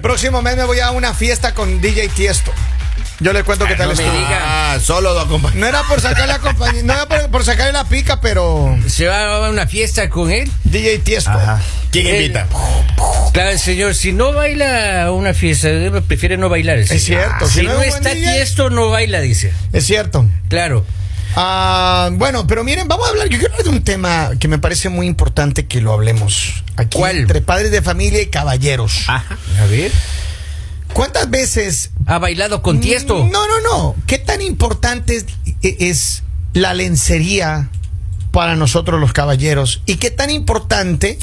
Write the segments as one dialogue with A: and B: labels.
A: próximo mes me voy a una fiesta con DJ Tiesto. Yo le cuento qué tal
B: no me
A: estuvo.
B: diga.
C: Ah, solo lo acompañé.
A: No era por sacar la compañía, no era por, por sacar la pica, pero
B: Se va a una fiesta con él.
A: DJ Tiesto.
C: ¿Quién
B: Él-
C: invita?
B: Claro, el señor, si no baila a una fiesta, él prefiere no bailar. el
A: Es
B: señor. Ah,
A: cierto,
B: Si,
A: si no
B: no,
A: es buen
B: está
A: DJ.
B: tiesto, no baila, dice.
A: Es cierto.
B: Claro.
A: Ah, bueno, pero miren, vamos a hablar. Yo quiero hablar de un tema que me parece muy importante que lo hablemos aquí
B: ¿Cuál?
A: entre padres de familia y caballeros.
C: Ah.
B: A ver.
A: ¿Cuántas veces
B: ¿Ha bailado con tiesto?
A: Mm, No, no, no. ¿Qué tan importante es, e-, es la lencería para nosotros los caballeros? ¿Y qué tan importante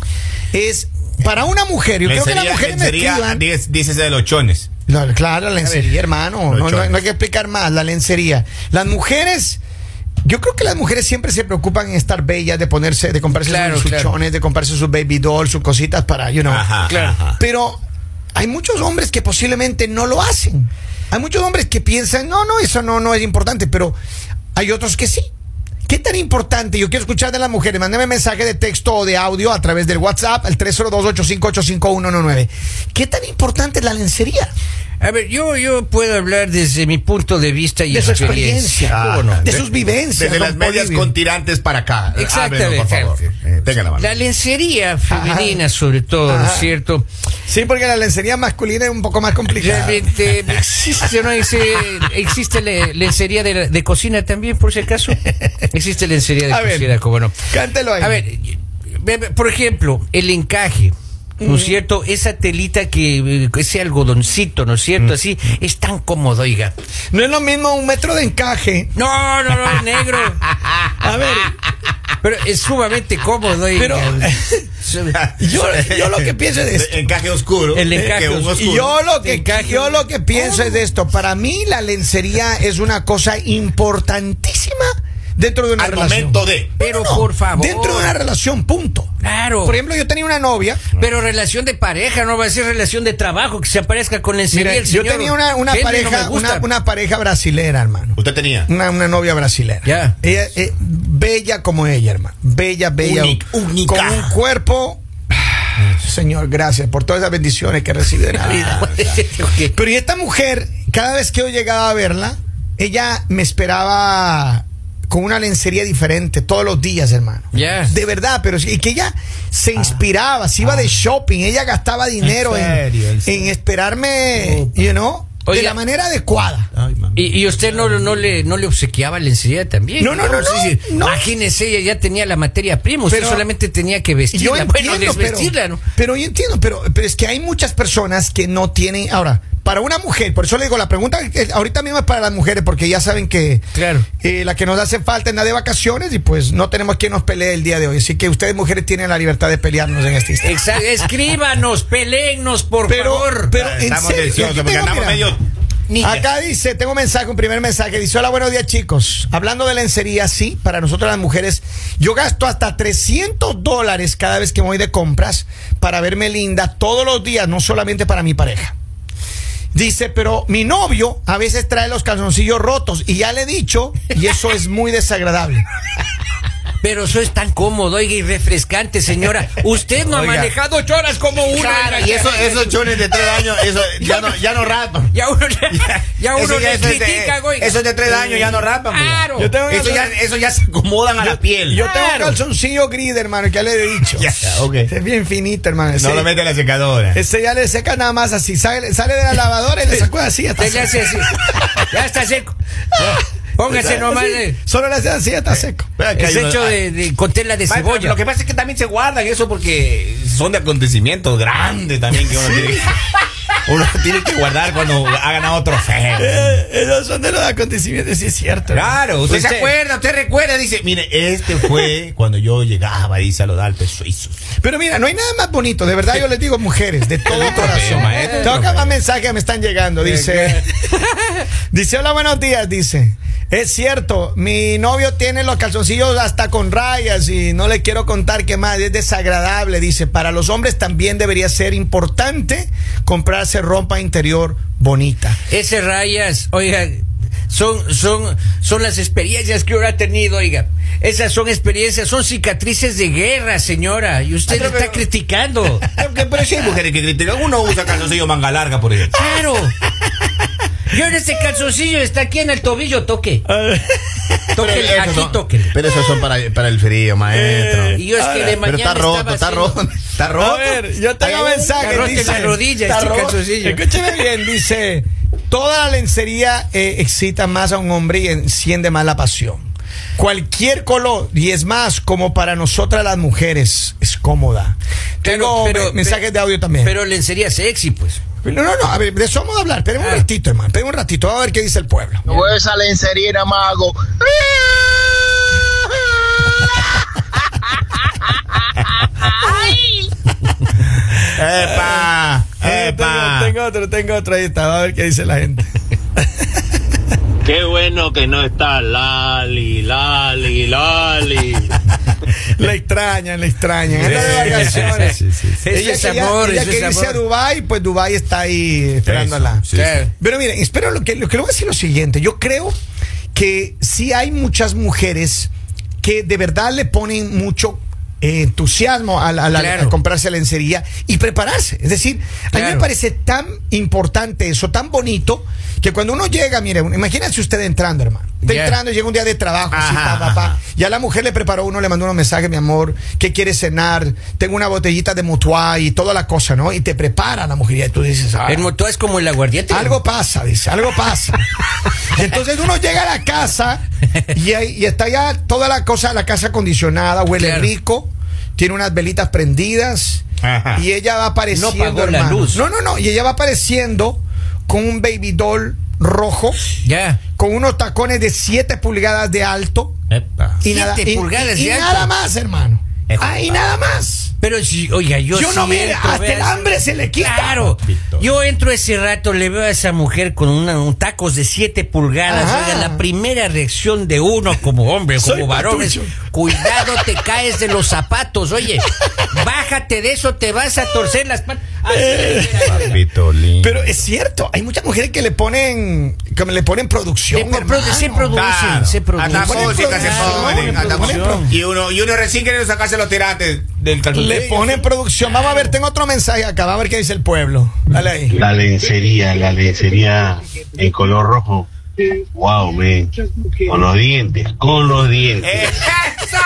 A: es para una mujer? Yo creo que las mujeres me escriban.
C: dices de los chones.
A: No, claro, la lencería, hermano.
C: Los
A: No, no-
C: chones.
A: no hay que explicar más, la lencería. Las mujeres. Yo creo que las mujeres siempre se preocupan en estar bellas, de ponerse, de comprarse
B: Claro,
A: sus, sus
B: claro.
A: chones, de comprarse sus baby dolls, sus cositas para, you know.
C: Ajá.
B: Claro.
C: ajá.
A: Pero hay muchos hombres que posiblemente no lo hacen. Hay muchos hombres que piensan, no, no, eso no, no es importante, pero hay otros que sí. ¿Qué tan importante? Yo quiero escuchar de las mujeres. Mándame mensaje de texto o de audio a través del WhatsApp al 302-858-5119. ¿Qué tan importante es la lencería?
B: A ver, yo, yo puedo hablar desde mi punto de vista y
A: De su
B: experiencia.
A: experiencia.
B: ¿Cómo no?
A: De sus vivencias,
C: Ah, Desde
A: don
C: las medias
A: Polivio.
C: con tirantes para acá.
B: Exactamente.
C: Ábrelo, por favor. Eh, Tenga la mano.
B: Ah, La lencería femenina, sobre todo, ¿no es
A: Ajá.
B: cierto?
A: Sí, porque la lencería masculina es un poco más complicada.
B: Realmente existe, ¿no? Ese- existe le- lencería de, de cocina también, por si acaso. Existe lencería de
A: A ver,
B: cocina, cómo no.
A: cántelo ahí.
B: A ver, eh, eh, por ejemplo, el encaje. ¿No es
A: Mm.
B: cierto? Esa telita que, eh, ese algodoncito, ¿no es cierto?
A: Mm.
B: Así, es tan cómodo, oiga.
A: No es lo mismo un metro de encaje.
B: No, no, no, negro.
A: A ver,
B: Pero es sumamente cómodo, oiga.
A: Pero- yo, yo lo que pienso es esto.
C: Encaje oscuro.
B: El
C: eh,
B: encaje
C: que un
B: oscuro.
C: oscuro.
A: Y yo lo que
B: Encaje.
A: yo lo que pienso es de esto. Para mí la lencería es una cosa importantísima dentro de una
C: Al
A: relación.
C: momento de.
B: Pero, por favor.
A: Dentro de una relación, punto.
B: Claro.
A: Por ejemplo, yo tenía una novia.
B: Pero relación de pareja, no va a ser relación de trabajo que se aparezca con lencería
A: Mira,
B: el
A: yo
B: señor.
A: tenía una, una
B: Henry, no
A: pareja,
B: me gusta.
A: una, una pareja brasilera, hermano.
C: Usted tenía.
A: Una, una novia brasilera.
B: Ya.
A: Ella, eh, bella como ella, hermano. Bella, bella.
C: Únic- única.
A: Con un cuerpo. Señor, gracias por todas las bendiciones que recibí de la vida.
B: Ok.
A: Pero y esta mujer, cada vez que yo llegaba a verla, ella me esperaba con una lencería diferente todos los días, hermano.
B: Ya.
A: De verdad, pero sí, y que ella se
C: Ah.
A: inspiraba, se iba de shopping, ella gastaba dinero en,
C: serio, en serio.
A: en esperarme, you know, de
B: Oiga.
A: la manera adecuada.
C: Ay, mami.
B: Y, y usted no, no, le, no le obsequiaba lencería también.
A: No, no, no, no, no.
B: Imagínese, ella ya tenía la materia prima, usted
A: Pero-
B: solamente tenía que
A: Y yo
B: vestirla. bueno,
A: entiendo,
B: desvestirla,
A: pero,
B: ¿no?
A: pero yo entiendo, pero, pero es que hay muchas personas que no tienen. Ahora, para una mujer, por eso le digo, la pregunta eh, ahorita mismo es para las mujeres, porque ya saben que
B: Claro.
A: eh, la que nos hace falta es la de vacaciones y pues no tenemos quien nos pelee el día de hoy. Así que ustedes, mujeres, tienen la libertad de pelearnos en este instante.
B: Exacto. Escríbanos, peléennos, por
A: Pero,
B: favor.
A: pero en
C: Ah, Estamos
A: serio,
C: deseosos
A: aquí
C: porque
A: tengo,
C: andamos
A: mira,
C: medio.
B: Niñas.
A: Acá dice, tengo un mensaje, un primer mensaje. Dice, hola, buenos días chicos. Hablando de lencería, sí, para nosotros las mujeres, yo gasto hasta 300 dólares cada vez que me voy de compras para verme linda todos los días, no solamente para mi pareja. Dice, pero mi novio a veces trae los calzoncillos rotos y ya le he dicho, y eso es muy desagradable.
B: Pero eso es tan cómodo, oiga, y refrescante, señora. Usted no
C: Oiga.
B: ha manejado ocho horas como uno. oiga.
C: y eso, esos chones de tres años, eso ya no, ya no raspan.
B: Ya uno, ya uno
C: Eso
B: le
C: es de-
B: critica, güey.
C: Eso es de tres años, ya no raspan. mira.
B: Claro.
A: Yo tengo
C: Eso
A: que-
C: ya, eso ya se acomodan a la piel.
A: Yo tengo un
B: Claro.
A: calzoncillo gris, hermano, que ya le he dicho.
C: Ya, ok.
A: Es bien finito, hermano.
C: no
A: Ese-
C: lo mete a la secadora.
A: Ese Este ya le seca nada más así, sale, sale de la lavadora y le sacude así hasta
B: Usted le hace así. Ya está seco.
A: Pues,
B: Póngase nomás. eh,
A: Solo le hacen así hasta seco.
C: Vea que
B: Es
C: hay uno-
B: hecho
C: ah,
B: de, de- con tela de
C: Ay, pero
B: cebolla.
C: Lo que pasa es que también se guardan eso porque son de acontecimientos grandes también que uno tiene que, uno tiene que guardar cuando ha ganado trofeos.
A: esos son de los acontecimientos, sí es cierto.
C: Claro, usted,
A: Pues
B: Usted-
C: se acuerda, usted recuerda, dice, mire, este fue cuando yo llegaba, dice, a los Alpes suizos.
A: Pero mira, no hay nada más bonito. De verdad, yo les digo, mujeres, de todo
C: Trofeo,
A: corazón.
C: maestro,
A: Tengo que
C: trofeo.
A: más mensajes me están llegando. Dice, dice, hola, buenos días, dice. Es cierto, mi novio tiene los calzoncillos hasta con rayas y no le quiero contar qué más. Es desagradable, dice. Para los hombres también debería ser importante comprarse ropa interior bonita.
B: Ese rayas, oiga, son, son, son las experiencias que uno ha tenido, oiga. Esas son experiencias, son cicatrices de guerra, señora. Y usted
A: Ah,
C: Pero-
B: está criticando.
C: Porque- Pero sí hay mujeres que critican. Uno usa calzoncillo manga larga, por ejemplo.
B: ¡Claro! Yo en este calzoncillo está aquí en el tobillo, toque. Toque,
D: Pero esos
B: aquí
D: son-
B: toque.
D: Pero esos son para, para el frío, maestro.
B: Eh, Y yo es que de
D: Pero
B: mañana.
D: está roto,
B: estaba
D: está
B: haciendo-
D: roto, está roto.
A: A ver, yo tengo
D: Ahí-
A: mensaje.
B: Carrote
A: dice,
B: en la rodilla,
A: Está
B: este
A: roto.
B: calzoncillo.
A: Escúcheme bien, dice, toda la lencería eh, excita más a un hombre y enciende más la pasión. Cualquier color, y es más, como para nosotras las mujeres, es cómoda. Tengo me- mensajes de audio también.
B: Pero lencería sexy, pues.
A: no, no, no, a ver, de eso vamos a hablar. Tenemos
B: Ah.
A: un ratito, hermano. Tenemos un ratito. Vamos a ver qué dice el pueblo.
E: Luego esa lencería nada más hago.
C: ¡Epa!
B: Eh,
C: ¡Epa!
A: otro, Eh, tengo otro. Ahí está. Vamos a ver qué dice la gente.
F: Qué bueno que no está Lali, Lali, Lali.
A: Le extrañan, le extrañan. Anda de vacaciones.
D: Sí, sí, sí.
B: Eso
A: Ella
B: es
A: que ya-
B: amor,
A: ella
B: eso
A: que
B: es
A: irse a
B: amor.
A: Dubai, pues Dubai está ahí esperándola.
D: Sí, sí.
B: Claro.
A: Pero miren, espero lo que, lo que le voy a decir lo siguiente. Yo creo que sí hay muchas mujeres que de verdad le ponen mucho eh, entusiasmo a, la- a la-
B: Claro.
A: a comprarse lencería y prepararse. Es decir, a mí me
B: Claro.
A: parece tan importante eso, tan bonito, que cuando uno llega, mire, uno- imagínense usted entrando, hermano. Está
B: Ya.
A: entrando, llega un día de trabajo, así,
C: Ajá,
A: pa, pa, pa. Ya la mujer le preparó uno, le mandó unos mensajes, mi amor, ¿qué quieres cenar? Tengo una botellita de mutua y toda la cosa, ¿no? Y te prepara la mujer y tú dices, ah,
B: El motor es como el aguardiente.
A: algo pasa, dice, algo pasa. Y entonces uno llega a la casa y, ahí- y está ya toda la cosa, la casa acondicionada, huele
B: Claro.
A: rico, tiene unas velitas prendidas
C: Ajá.
A: y ella va apareciendo.
B: No pagó la
A: hermano.
B: luz.
A: No, no, no, y ella va apareciendo con un baby doll rojo,
B: Ya.
A: con unos tacones de 7 pulgadas de alto.
C: ¡Epa!
A: Y nada,
B: Siete
A: y-
B: pulgadas
A: y- y
B: de alto.
A: nada más, hermano.
C: Es
A: Ahí nada más.
B: Pero si, oiga, yo
A: Yo, no
B: sí
A: mire,
B: entro,
A: hasta
B: vea,
A: el hambre se le quita.
B: Claro,
C: Víctor.
B: yo entro ese rato, le veo a esa mujer con una- un tacos de 7 pulgadas.
A: Ajá.
B: Oiga, la primera reacción de uno como hombre,
A: Soy
B: como varón es:
A: patucho.
B: cuidado, te caes de los zapatos. Oye, bájate de eso, te vas a torcer las Ah, patas. Así le llega.
C: Papito lindo.
A: Pero es cierto, hay muchas mujeres que le ponen, que le ponen producción.
B: Le po-
A: hermano.
B: produ- se producen,
C: Claro.
B: se producen.
C: Hasta música se
A: Claro,
C: ponen.
A: le
C: hasta
A: ponen
C: música.
A: producción.
C: Y uno, y uno recién quiere sacarse los tirantes del calzoncillo.
A: Le ponen producción. Vamos a ver, tengo otro mensaje acá, vamos a ver qué dice el pueblo. Dale ahí.
G: La lencería, la lencería en color rojo. Wow, men. Con los dientes, con los dientes.
C: ¡Eso!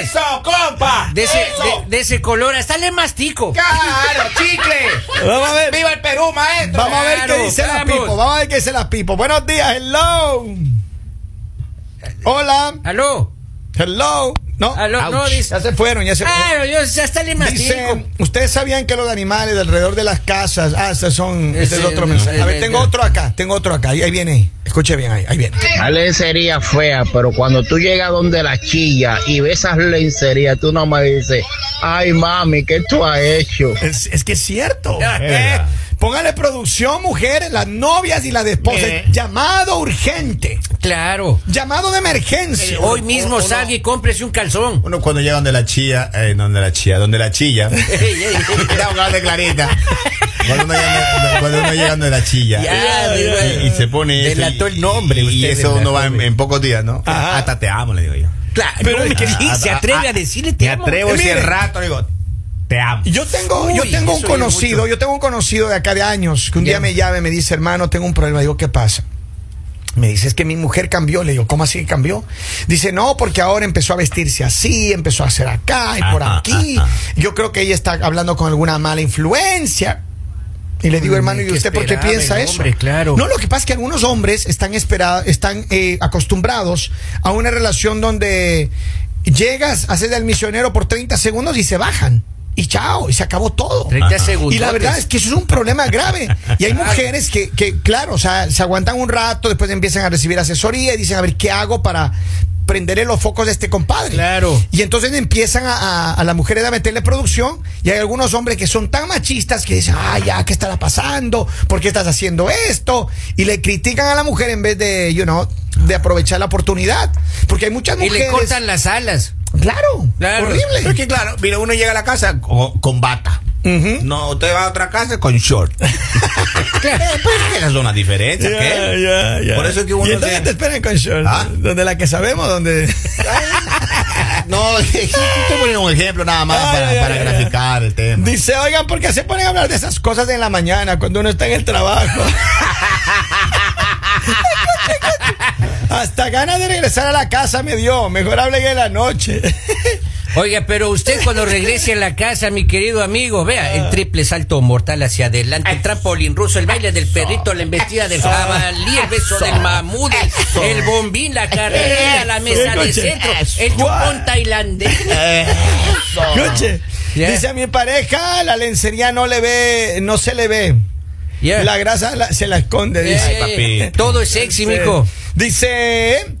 C: ¡Eso, compa!
B: De ese,
C: ¡Eso!
B: de, de ese color, hasta le mastico.
C: ¡Claro, chicle!
A: Vamos a ver,
C: ¡Viva el Perú, maestro!
A: vamos a ver qué
B: Claro,
A: dice la
B: vamos.
A: pipo, vamos a ver qué dice la pipo. Buenos días, hello. Hola,
B: ¿Aló?
A: hello. No,
B: Aló, no,
A: ouch.
B: dice- Ah,
A: ya se fueron, ya se
B: Claro, yo hasta le mastico.
A: Dice, ustedes sabían que los animales de alrededor de las casas, ah, este son, este
B: Ese,
A: es otro
B: no,
A: mensaje. A
B: el-
A: ver, tengo
B: el-
A: otro acá, tengo otro acá, ahí, ahí viene, escuche bien, ahí, ahí viene.
E: La lencería fea, pero cuando tú llegas donde la chilla y ves esas lencerías, tú nomás dices, ay mami, ¿qué tú has hecho?
A: Es, es que es cierto.
B: Ya,
A: Eh,
C: ya.
A: Póngale producción, mujeres, las novias y las de esposas.
C: Eh.
A: Llamado urgente.
B: Claro.
A: Llamado de emergencia.
B: Eh, Hoy mismo salga y cómprese un calzón.
C: Uno cuando llega donde la chilla, eh, donde la chilla, donde la chilla.
B: Ey, ey, ey.
C: Está abogado de Clarita. Cuando uno llega, cuando uno llega donde la chilla.
B: Ya,
C: y, y se pone eso.
B: Delató
C: y-
B: el nombre
C: Y,
B: usted,
C: eso uno
B: delató,
C: va en,
B: güey.
C: en pocos días, ¿no?
A: Ajá.
C: Hasta te amo, le digo yo.
B: Claro, no,
A: es que-
B: sí, se atreve a decirle te
C: Te
B: amo.
C: atrevo
A: Eh,
C: ese
A: mire.
C: rato, le digo, te amo.
A: Yo tengo, yo
B: Uy,
A: tengo un
B: eso oye
A: conocido,
B: mucho.
A: yo tengo un conocido de acá de años que un día
B: Ya.
A: me llama y me dice, hermano, tengo un problema. Digo, ¿qué pasa? Me dice, es que mi mujer cambió. Le digo, ¿cómo así que cambió? Dice, no, porque ahora empezó a vestirse así, empezó a hacer acá y por
C: Ajá,
A: aquí.
C: ajá.
A: Yo creo que ella está hablando con alguna mala influencia. Y le digo,
B: Mm,
A: hermano, ¿y
B: qué
A: usted por qué
B: esperable,
A: piensa eso?
B: hombre, claro.
A: No, lo que pasa es que algunos hombres están, espera- están eh, acostumbrados a una relación donde llegas, haces el misionero por 30 segundos y se bajan. Y chao, y se acabó todo.
B: 30 segundos.
A: Y la verdad es que eso es un problema grave. Y hay mujeres que, que, claro, o sea, se aguantan un rato, después empiezan a recibir asesoría y dicen, a ver, ¿qué hago para prenderle los focos de este compadre?
B: Claro.
A: Y entonces empiezan a, a- a las mujeres a meterle producción y hay algunos hombres que son tan machistas que dicen, ah, ya, ¿qué estará pasando? ¿Por qué estás haciendo esto? Y le critican a la mujer en vez de, you know, de aprovechar la oportunidad. Porque hay muchas
B: Y
A: mujeres...
B: le cortan las alas.
A: Claro,
B: Claro.
A: horrible.
C: Pero es que claro, mira, uno llega a la casa con, con bata.
A: Ujú.
C: No, usted va a otra casa con short.
B: Claro.
D: Eh, pues,
C: Esas son las diferencias, ¿qué? Por eso es que uno
A: ¿Y entonces
C: se-
A: te esperan con shorts?
C: ¿Ah?
A: Donde la que sabemos, donde...
C: Ay,
D: No, estoy poniendo un ejemplo nada más
A: Ay,
D: para,
A: ay,
D: para
A: ay, ay.
D: graficar el tema.
A: Dice, oigan, ¿por qué se ponen a hablar de esas cosas en la mañana cuando uno está en el trabajo? Hasta ganas de regresar a la casa me dio. Mejor hablen en la noche.
B: Oiga, pero usted cuando regrese a la casa, mi querido amigo, vea, el triple salto mortal hacia adelante, el trampolín ruso, el baile del perrito, la embestida del jabalí, el beso del mamut, el- el bombín, la carrera, la mesa de centro, el chupón tailandés.
A: Escuche.
B: Yeah.
A: Dice a mi pareja, la lencería no le ve, no se le ve.
B: Yeah.
A: La grasa la- se la esconde,
B: Eh,
A: dice.
C: papi.
B: Todo es sexy, mijo.
A: Dice,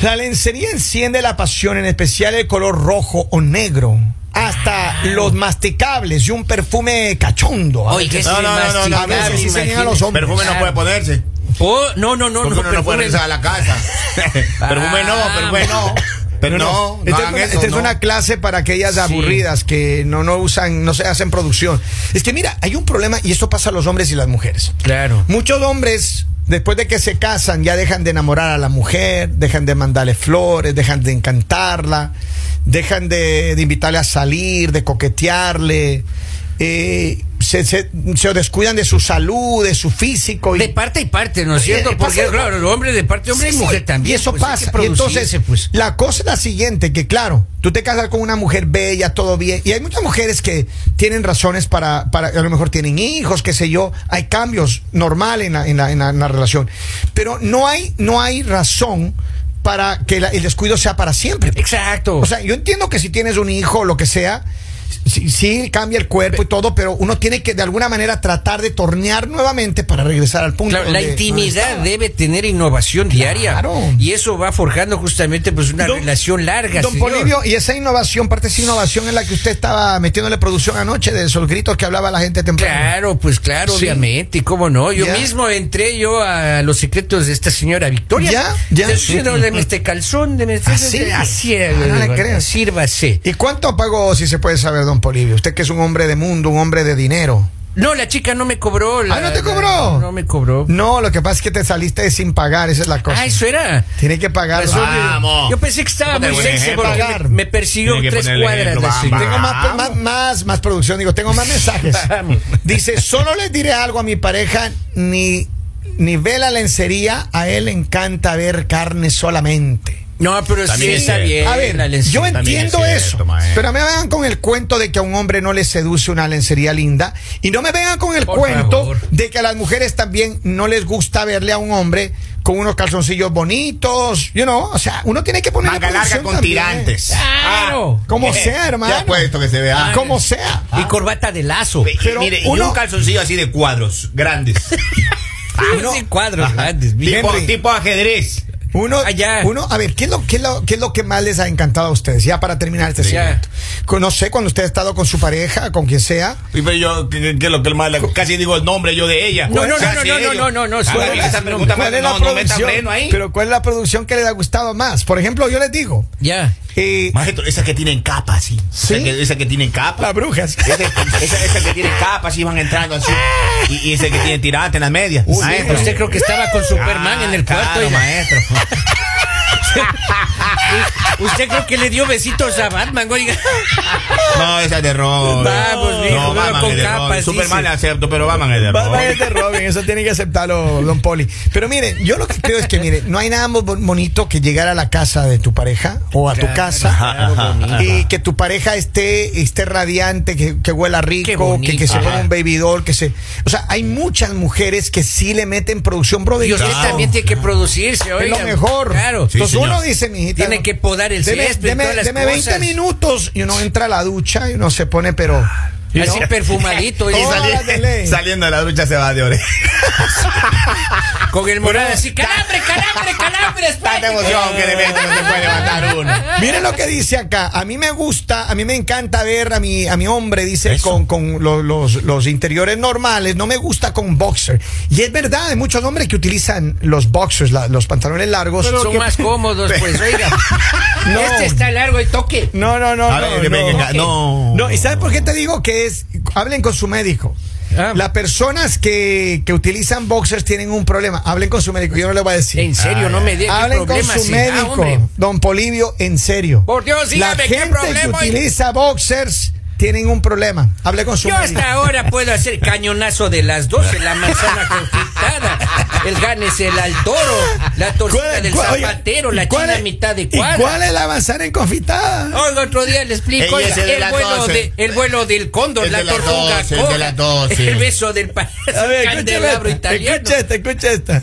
A: la lencería enciende la pasión, en especial el color rojo o negro. Hasta
D: Ah.
A: los masticables y un perfume cachondo.
B: Oiga, ese
D: No, no, no, no, no, a veces sí se
B: masticable,
D: niegan los
B: imagínate.
D: hombres. Perfume no puede ponerse.
B: Oh, no, no, no,
D: Porque
B: no,
D: uno no puede
B: perfume-
D: regresar a la casa. perfume no, perfume no. Pero no, no
A: esta es,
D: hagan
A: una,
D: eso,
A: esta es
D: no.
A: una clase para aquellas
B: Sí.
A: aburridas que no, no usan, no se hacen producción. Es que mira, hay un problema y esto pasa a los hombres y las mujeres.
B: Claro.
A: Muchos hombres, después de que se casan, ya dejan de enamorar a la mujer, dejan de mandarle flores, dejan de encantarla, dejan de, de invitarle a salir, de coquetearle. eh, se, se- se descuidan de su salud, de su físico. y-
B: De parte y parte, ¿no es
A: Eh,
B: cierto?
A: pasa-
B: Porque, claro, el hombre de parte, hombre
A: Sí,
B: y
A: sí.
B: mujer también.
A: Y eso
B: pues, hay
A: pasa.
B: que
A: Y entonces,
B: producirse, pues.
A: la cosa es la siguiente, que claro, tú te casas con una mujer bella, todo bien. Y hay muchas mujeres que tienen razones para, para a lo mejor tienen hijos, qué sé yo. Hay cambios normal en la, en la, en la- en la relación. Pero no hay, no hay razón para que la- el descuido sea para siempre.
B: Exacto.
A: O sea, yo entiendo que si tienes un hijo o lo que sea, sí, sí cambia el cuerpo y todo, pero uno tiene que de alguna manera tratar de tornear nuevamente para regresar al punto.
B: Claro, la
A: donde- donde
B: intimidad
A: estaba.
B: debe tener innovación diaria.
A: Claro.
B: Y eso va forjando justamente pues una
A: Don-
B: relación larga.
A: Don
B: señor.
A: Polivio, y esa innovación, parte de esa innovación en la que usted estaba metiéndole producción anoche de esos gritos que hablaba la gente temprano.
B: Claro, pues claro,
A: Sí.
B: obviamente, y cómo no. Yo
A: Ya.
B: mismo entré yo a los secretos de esta señora Victoria.
A: Ya, ya.
B: Entonces, yo, deme este calzón, deme este.
A: Así.
B: así,
A: Ah, no le
B: eh,
A: creo.
B: sírvase.
A: ¿Y cuánto pagó, si se puede saber, don Polivio? Usted que es un hombre de mundo, un hombre de dinero.
B: No, la chica no me cobró. la-
A: Ah, ¿no te
B: la-
A: cobró?
B: No me cobró.
A: No, lo que pasa es que te saliste sin pagar, esa es la cosa.
B: Ah, eso era.
A: Tiene que pagar.
B: Eso-
D: Vamos.
B: Yo pensé que estaba
D: Ponte
B: muy
D: buen
B: sexy
D: ejemplo.
B: porque me, me persiguió
D: Tiene que
B: tres
D: ponerle
B: cuadras
D: ejemplo,
B: la
D: va,
B: señora.
A: Tengo más,
D: Vamos.
A: más, más, más producción, digo, tengo más mensajes.
B: Vamos.
A: Dice, solo les diré algo a mi pareja, ni, ni ve la lencería, a él le encanta ver carne solamente.
B: No, pero
D: También
B: sí
D: es
B: está
D: cierto.
B: bien.
A: A ver,
B: la lencería.
A: yo
D: también es
A: entiendo
D: cierto,
A: eso.
D: maestro.
A: Pero me vengan con el cuento de que a un hombre no le seduce una lencería linda. Y no me vengan con el
B: Por
A: cuento
B: favor.
A: de que a las mujeres también no les gusta verle a un hombre con unos calzoncillos bonitos. You know, o sea, uno tiene que poner
D: Manga larga con tirantes. Ah,
B: Claro.
A: Ah, Como sea, hermano.
D: Ya puesto que se vea.
A: Ah, Como sea.
B: Y corbata de lazo.
D: Ve-
A: Pero
D: mire,
A: uno-
D: y un calzoncillo así de cuadros grandes.
B: Sí, cuadros grandes. bien.
D: tipo,
A: Henry.
D: tipo ajedrez.
A: Uno,
D: Ah,
B: Allá.
A: uno, a ver, ¿qué es, lo, qué, es lo, qué es lo que más les ha encantado a ustedes? Ya para terminar este
B: Ya.
A: segmento. Con- No sé, cuando usted ha estado con su pareja, con quien sea.
D: Y pero yo, que, que lo que el mal, casi digo el nombre yo de ella.
B: No, no, no,
D: Casi
B: no, no,
D: ello.
B: no, no, no,
D: Ah,
B: suena
D: mira,
B: la-
D: esa pregunta,
A: ¿Cuál es la
D: no, no meta
A: producción?
D: freno ahí.
A: Pero ¿cuál es la producción que le ha gustado más? Por ejemplo, yo les digo.
B: Ya.
A: eh,
D: Maestro, esas que tienen capa, sí.
A: Sí.
D: Esas que, esa que tienen capa.
A: las brujas.
D: Esas esa, esa que tienen capa, sí van entrando así. Y, y ese que tiene tirante en las medias.
A: Uy,
D: maestro.
B: Usted creo que estaba con Superman
D: Ah,
B: en el cuarto.
D: claro,
B: oiga.
D: maestro.
B: Usted creo que le dio besitos a Batman, oiga.
D: No, esa es de Robin.
B: Vamos, mijo,
D: no, Batman
B: con
D: es de
B: capas,
D: Robin.
B: dice.
D: Superman le acepto, pero Batman es de
A: Batman
D: Robin.
A: es de Robin, eso tiene que aceptarlo Don Poli. Pero mire, yo lo que creo es que, mire, no hay nada más bon- bonito que llegar a la casa de tu pareja o a tu
B: Claro,
A: casa
B: claro, bonito.
A: y que tu pareja esté, esté radiante, que, que huela
B: Qué
A: rico,
B: bonito.
A: que, que se
B: Ajá.
A: ponga un baby doll, que se... O sea, hay muchas mujeres que sí le meten producción, brother.
B: Y usted
A: Claro.
B: también tiene que producirse,
A: Es
B: oiga.
A: lo mejor.
B: Claro.
A: Entonces
D: señor.
A: uno dice, mijita.
B: Tiene
A: no,
B: que podar el
A: deme,
B: césped y
A: deme-
B: todas las
A: deme 20
B: cosas.
A: minutos y uno entra a la ducha y uno se pone, pero. y
B: Así
A: no-
B: perfumadito.
A: Y
B: oiga,
A: salí- Hola, Belén.
D: saliendo de la ducha se va de oreja.
B: Con el morado así. ¡Calambre, calambre, calambre!
D: Tanta
B: espérate!
D: emoción que de repente no se puede levantar uno.
A: Miren lo que dice acá. A mí me gusta, a mí me encanta ver a mi, a mi hombre, dice, con, con lo- los, los interiores normales. No me gusta con boxer. Y es verdad, hay muchos hombres que utilizan los boxers, la- los pantalones largos.
B: Son más cómodos, pues, oiga.
A: No.
B: Este está largo el toque.
A: No, no, no.
D: A
A: no,
D: ver, dime que ca- no.
A: No, ¿y sabes por qué te digo que es, hablen con su médico.
B: Ah.
A: Las personas que, que utilizan boxers tienen un problema. Hablen con su médico. Yo no le voy a decir.
B: En serio, no me digas qué
A: Hablen con
B: problema
A: su
B: se da,
A: médico,
B: Ah, hombre.
A: don Polivio, en serio.
B: Por Dios,
A: La
B: dígame qué
A: gente que
B: problema hay.
A: utiliza boxers tienen un problema. Hable con su
B: Yo
A: médico.
B: hasta ahora puedo hacer cañonazo de las 12, la manzana confitada, el ganes el al toro, la torcida
A: es-
B: del
A: cuál- oye,
B: zapatero,
A: ¿y
B: la
A: cuál
B: china
A: es-
B: mitad de
A: ¿Y cuál
B: cuadra. Oh,
A: es la manzana enconfitada?
B: Oiga, otro día le explico
D: Ella
B: oiga,
D: es el de
B: el,
D: las
B: vuelo
D: 12.
B: de- el vuelo del cóndor,
D: El
B: la
D: de las
B: tortuga
D: 12, el de
B: coja,
D: las 12.
B: el beso del payaso,
A: A ver, escúchame
B: candelabro
A: esta,
B: italiano.
A: escucha esta, escucha esta.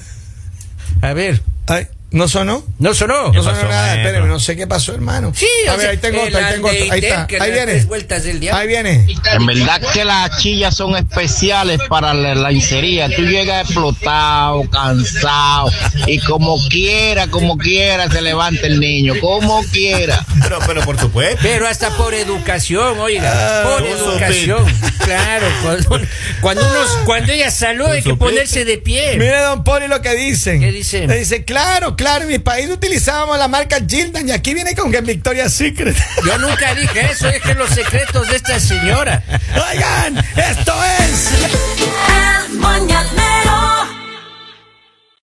B: A ver,
A: Ay, ¿No sonó?
B: no sonó.
A: No sonó
C: pasó,
A: nada,
C: maestro?
A: espérenme, no sé qué pasó, hermano.
B: Sí,
A: a
B: o
A: ver,
B: sea,
A: ahí tengo
B: el
A: otra, ahí tengo
B: ande
A: otra.
B: y
A: Ahí
B: ten
A: está,
B: que
A: ahí
B: las
A: viene.
B: tres vueltas del diablo.
A: Ahí viene.
E: En verdad que las chillas son especiales para la lancería. Tú llegas explotado, cansado y como quiera, como quiera se levanta el niño, como quiera.
C: Pero, pero por supuesto.
B: Pero hasta por educación, oiga, por
C: con su
B: educación. Claro, cuando, cuando, unos- cuando ella saluda hay que
C: su
B: ponerse de pie.
A: Mira, don Poli, lo que dicen.
B: ¿Qué dicen?
A: Le dice, claro, claro, en mi país utilizábamos la marca Gildan y aquí viene con que Victoria Secret.
B: Yo nunca dije eso, es que los secretos de esta señora.
A: Oigan, esto es...
H: El